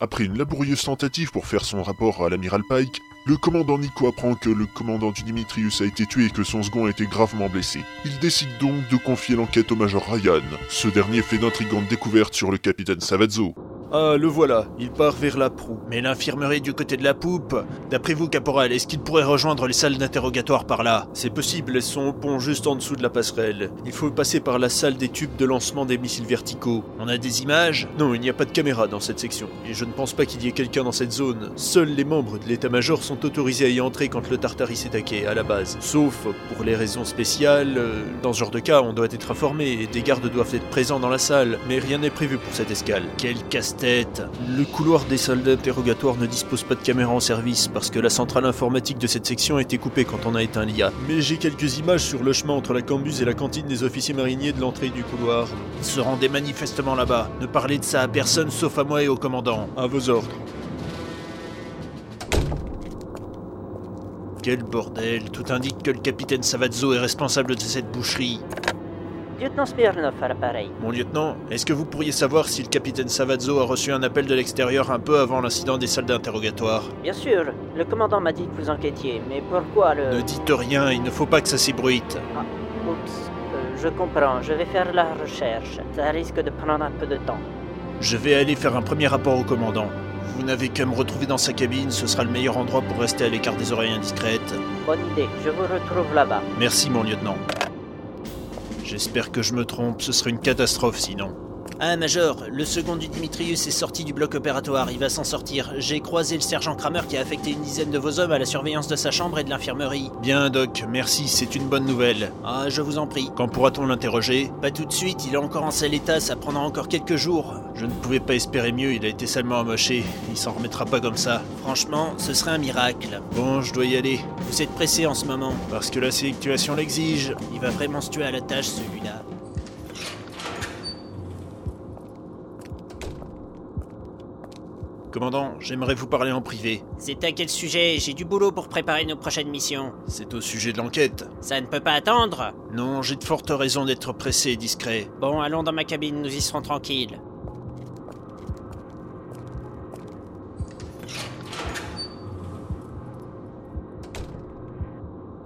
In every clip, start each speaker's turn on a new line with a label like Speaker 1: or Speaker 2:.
Speaker 1: Après une laborieuse tentative pour faire son rapport à l'amiral Pike, le commandant Nico apprend que le commandant du Dimitrius a été tué et que son second a été gravement blessé. Il décide donc de confier l'enquête au major Ryan. Ce dernier fait d'intrigantes découvertes sur le capitaine Savazzo.
Speaker 2: Ah, le voilà, il part vers la proue. Mais l'infirmerie du côté de la poupe D'après vous, caporal, est-ce qu'il pourrait rejoindre les salles d'interrogatoire par là C'est possible, elles sont au pont juste en dessous de la passerelle. Il faut passer par la salle des tubes de lancement des missiles verticaux. On a des images Non, il n'y a pas de caméra dans cette section, et je ne pense pas qu'il y ait quelqu'un dans cette zone. Seuls les membres de l'état-major sont autorisés à y entrer quand le Tartaris est attaqué, à la base. Sauf pour les raisons spéciales, euh, dans ce genre de cas, on doit être informé et des gardes doivent être présents dans la salle, mais rien n'est prévu pour cette escale. Quel casse tête Le couloir des salles d'interrogatoire ne dispose pas de caméra en service parce que la centrale informatique de cette section a été coupée quand on a éteint l'IA. Mais j'ai quelques images sur le chemin entre la cambuse et la cantine des officiers mariniers de l'entrée du couloir. Ils se rendaient manifestement là-bas. Ne parlez de ça à personne sauf à moi et au commandant. À vos ordres. Quel bordel Tout indique que le capitaine Savazzo est responsable de cette boucherie.
Speaker 3: Lieutenant Smirnov à l'appareil.
Speaker 2: Mon lieutenant, est-ce que vous pourriez savoir si le capitaine Savazzo a reçu un appel de l'extérieur un peu avant l'incident des salles d'interrogatoire
Speaker 3: Bien sûr, le commandant m'a dit que vous enquêtiez, mais pourquoi le...
Speaker 2: Ne dites rien, il ne faut pas que ça s'ébruite.
Speaker 3: Oups, euh, je comprends, je vais faire la recherche. Ça risque de prendre un peu de temps.
Speaker 2: Je vais aller faire un premier rapport au commandant. Vous n'avez qu'à me retrouver dans sa cabine, ce sera le meilleur endroit pour rester à l'écart des oreilles indiscrètes.
Speaker 3: Bonne idée, je vous retrouve là-bas.
Speaker 2: Merci mon lieutenant. J'espère que je me trompe, ce serait une catastrophe sinon.
Speaker 4: Ah, Major, le second du Dimitrius est sorti du bloc opératoire, il va s'en sortir. J'ai croisé le sergent Kramer qui a affecté une dizaine de vos hommes à la surveillance de sa chambre et de l'infirmerie.
Speaker 2: Bien, Doc, merci, c'est une bonne nouvelle.
Speaker 4: Ah, je vous en prie.
Speaker 2: Quand pourra-t-on l'interroger
Speaker 4: Pas tout de suite, il est encore en sale état, ça prendra encore quelques jours.
Speaker 2: Je ne pouvais pas espérer mieux, il a été salement amoché. Il s'en remettra pas comme ça.
Speaker 4: Franchement, ce serait un miracle.
Speaker 2: Bon, je dois y aller.
Speaker 4: Vous êtes pressé en ce moment
Speaker 2: Parce que la sélectuation l'exige.
Speaker 4: Il va vraiment se tuer à la tâche, celui-là.
Speaker 2: Commandant, j'aimerais vous parler en privé.
Speaker 4: C'est à quel sujet J'ai du boulot pour préparer nos prochaines missions.
Speaker 2: C'est au sujet de l'enquête.
Speaker 4: Ça ne peut pas attendre
Speaker 2: Non, j'ai de fortes raisons d'être pressé et discret.
Speaker 4: Bon, allons dans ma cabine, nous y serons tranquilles.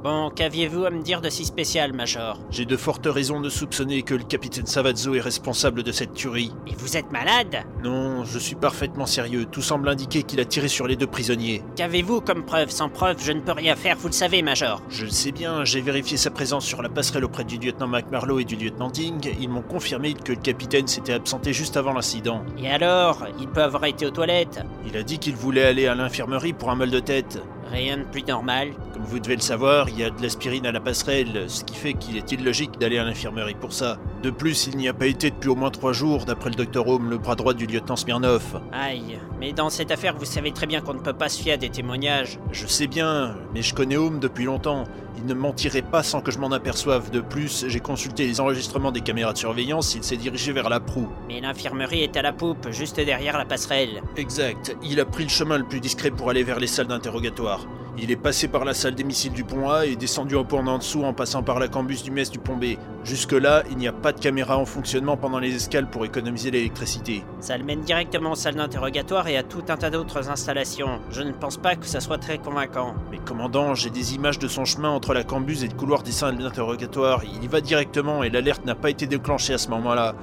Speaker 4: Bon, qu'aviez-vous à me dire de si spécial, Major
Speaker 2: J'ai de fortes raisons de soupçonner que le capitaine Savazzo est responsable de cette tuerie.
Speaker 4: Mais vous êtes malade
Speaker 2: Non, je suis parfaitement sérieux. Tout semble indiquer qu'il a tiré sur les deux prisonniers.
Speaker 4: Qu'avez-vous comme preuve Sans preuve, je ne peux rien faire, vous le savez, Major.
Speaker 2: Je le sais bien, j'ai vérifié sa présence sur la passerelle auprès du lieutenant McMarlowe et du lieutenant Ding. Ils m'ont confirmé que le capitaine s'était absenté juste avant l'incident.
Speaker 4: Et alors Il peut avoir été aux toilettes
Speaker 2: Il a dit qu'il voulait aller à l'infirmerie pour un mal de tête.
Speaker 4: Rien de plus normal.
Speaker 2: Comme vous devez le savoir, il y a de l'aspirine à la passerelle, ce qui fait qu'il est illogique d'aller à l'infirmerie pour ça. De plus, il n'y a pas été depuis au moins trois jours, d'après le docteur Home, le bras droit du lieutenant Smirnov.
Speaker 4: Aïe, mais dans cette affaire, vous savez très bien qu'on ne peut pas se fier à des témoignages.
Speaker 2: Je sais bien, mais je connais Home depuis longtemps. Il ne mentirait pas sans que je m'en aperçoive. De plus, j'ai consulté les enregistrements des caméras de surveillance, il s'est dirigé vers la proue.
Speaker 4: Mais l'infirmerie est à la poupe, juste derrière la passerelle.
Speaker 2: Exact, il a pris le chemin le plus discret pour aller vers les salles d'interrogatoire. Il est passé par la salle des missiles du pont A et descendu au pont en dessous en passant par la cambus du mess du pont B. Jusque-là, il n'y a pas de caméra en fonctionnement pendant les escales pour économiser l'électricité.
Speaker 4: Ça le mène directement aux salles d'interrogatoire et à tout un tas d'autres installations. Je ne pense pas que ça soit très convaincant.
Speaker 2: Mais commandant, j'ai des images de son chemin entre la cambuse et le couloir des salles d'interrogatoire. Il y va directement et l'alerte n'a pas été déclenchée à ce moment-là.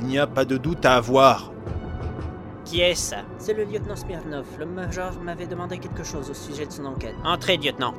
Speaker 2: Il n'y a pas de doute à avoir.
Speaker 4: Qui est-ce
Speaker 3: C'est le lieutenant Smirnov. Le major m'avait demandé quelque chose au sujet de son enquête.
Speaker 4: Entrez, lieutenant.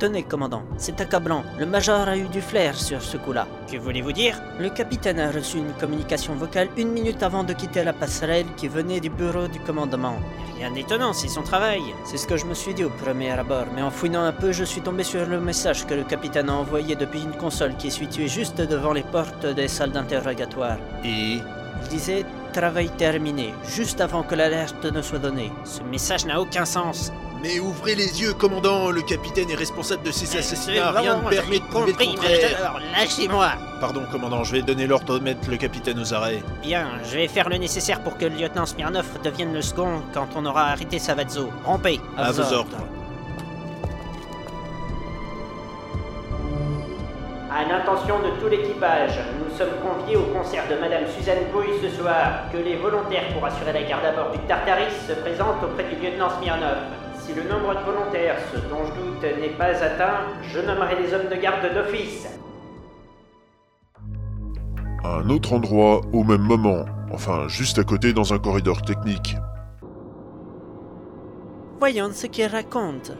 Speaker 3: Tenez, commandant, c'est accablant. Le major a eu du flair sur ce coup-là.
Speaker 4: Que voulez-vous dire
Speaker 3: Le capitaine a reçu une communication vocale une minute avant de quitter la passerelle qui venait du bureau du commandement.
Speaker 4: Rien d'étonnant, c'est son travail.
Speaker 3: C'est ce que je me suis dit au premier abord, mais en fouinant un peu, je suis tombé sur le message que le capitaine a envoyé depuis une console qui est située juste devant les portes des salles d'interrogatoire.
Speaker 2: Et
Speaker 3: il disait travail terminé, juste avant que l'alerte ne soit donnée.
Speaker 4: Ce message n'a aucun sens.
Speaker 2: Mais ouvrez les yeux, commandant Le capitaine est responsable de ces assassinats, rien ne permet de prouver
Speaker 4: compris,
Speaker 2: le contraire.
Speaker 4: Major, lâchez-moi
Speaker 2: Pardon, commandant, je vais donner l'ordre de mettre le capitaine aux arrêts.
Speaker 4: Bien, je vais faire le nécessaire pour que le lieutenant Smirnov devienne le second quand on aura arrêté Savazzo. Rompez
Speaker 2: À vos ordres.
Speaker 3: À l'intention de tout l'équipage, nous sommes conviés au concert de Madame Suzanne Bouille ce soir, que les volontaires pour assurer la garde à bord du Tartaris se présentent auprès du lieutenant Smirnov. Si le nombre de volontaires, ce dont je doute, n'est pas atteint, je nommerai les hommes de garde d'office.
Speaker 1: À un autre endroit, au même moment, enfin juste à côté dans un corridor technique.
Speaker 3: Voyons ce qu'il raconte.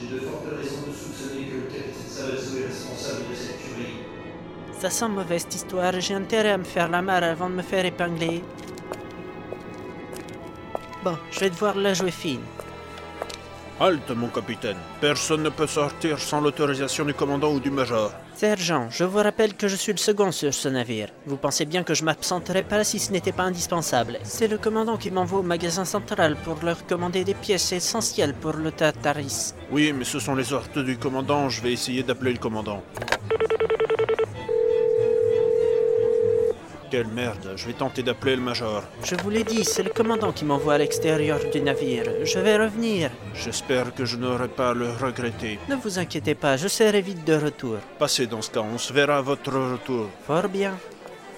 Speaker 5: J'ai de fortes raisons de soupçonner que le capitaine Savazzo est responsable de cette tuerie.
Speaker 3: Ça sent mauvaise cette histoire, j'ai intérêt à me faire la mare avant de me faire épingler. Bon, je vais devoir la jouer fine.
Speaker 2: Halte, mon capitaine. Personne ne peut sortir sans l'autorisation du commandant ou du major.
Speaker 3: Sergent, je vous rappelle que je suis le second sur ce navire. Vous pensez bien que je m'absenterais pas si ce n'était pas indispensable. C'est le commandant qui m'envoie au magasin central pour leur commander des pièces essentielles pour le Tartaris.
Speaker 2: Oui, mais ce sont les hortes du commandant, je vais essayer d'appeler le commandant. Quelle merde, je vais tenter d'appeler le major.
Speaker 3: Je vous l'ai dit, c'est le commandant qui m'envoie à l'extérieur du navire. Je vais revenir.
Speaker 2: J'espère que je n'aurai pas à le regretter.
Speaker 3: Ne vous inquiétez pas, je serai vite de retour.
Speaker 2: Passez dans ce cas, on se verra à votre retour.
Speaker 3: Fort bien.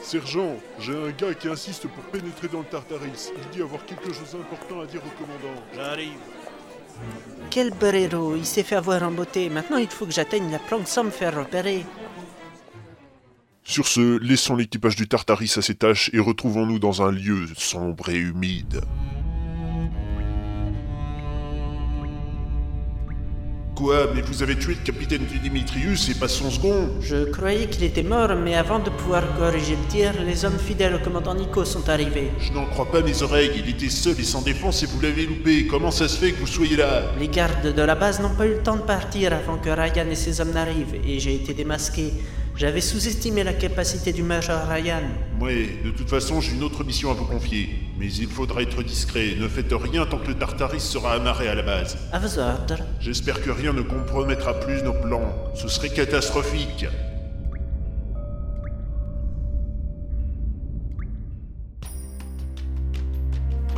Speaker 1: Sergent, j'ai un gars qui insiste pour pénétrer dans le Tartaris. Il dit avoir quelque chose d'important à dire au commandant.
Speaker 2: J'arrive.
Speaker 3: Quel barrero, il s'est fait avoir en beauté. Maintenant, il faut que j'atteigne la planque sans me faire repérer.
Speaker 1: Sur ce, laissons l'équipage du Tartaris à ses tâches et retrouvons-nous dans un lieu sombre et humide.
Speaker 6: Quoi Mais vous avez tué le capitaine du Dimitrius et pas son second
Speaker 3: Je croyais qu'il était mort, mais avant de pouvoir corriger le tir, les hommes fidèles au commandant Nico sont arrivés.
Speaker 6: Je n'en crois pas mes oreilles, il était seul et sans défense et vous l'avez loupé. Comment ça se fait que vous soyez là
Speaker 3: Les gardes de la base n'ont pas eu le temps de partir avant que Ryan et ses hommes n'arrivent, et j'ai été démasqué. J'avais sous-estimé la capacité du major Ryan.
Speaker 6: Ouais, de toute façon, j'ai une autre mission à vous confier. Mais il faudra être discret, ne faites rien tant que le Tartaris sera amarré à la base.
Speaker 3: À vos ordres.
Speaker 6: J'espère que rien ne compromettra plus nos plans. Ce serait catastrophique.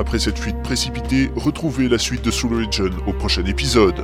Speaker 1: Après cette fuite précipitée, retrouvez la suite de Soul Region au prochain épisode.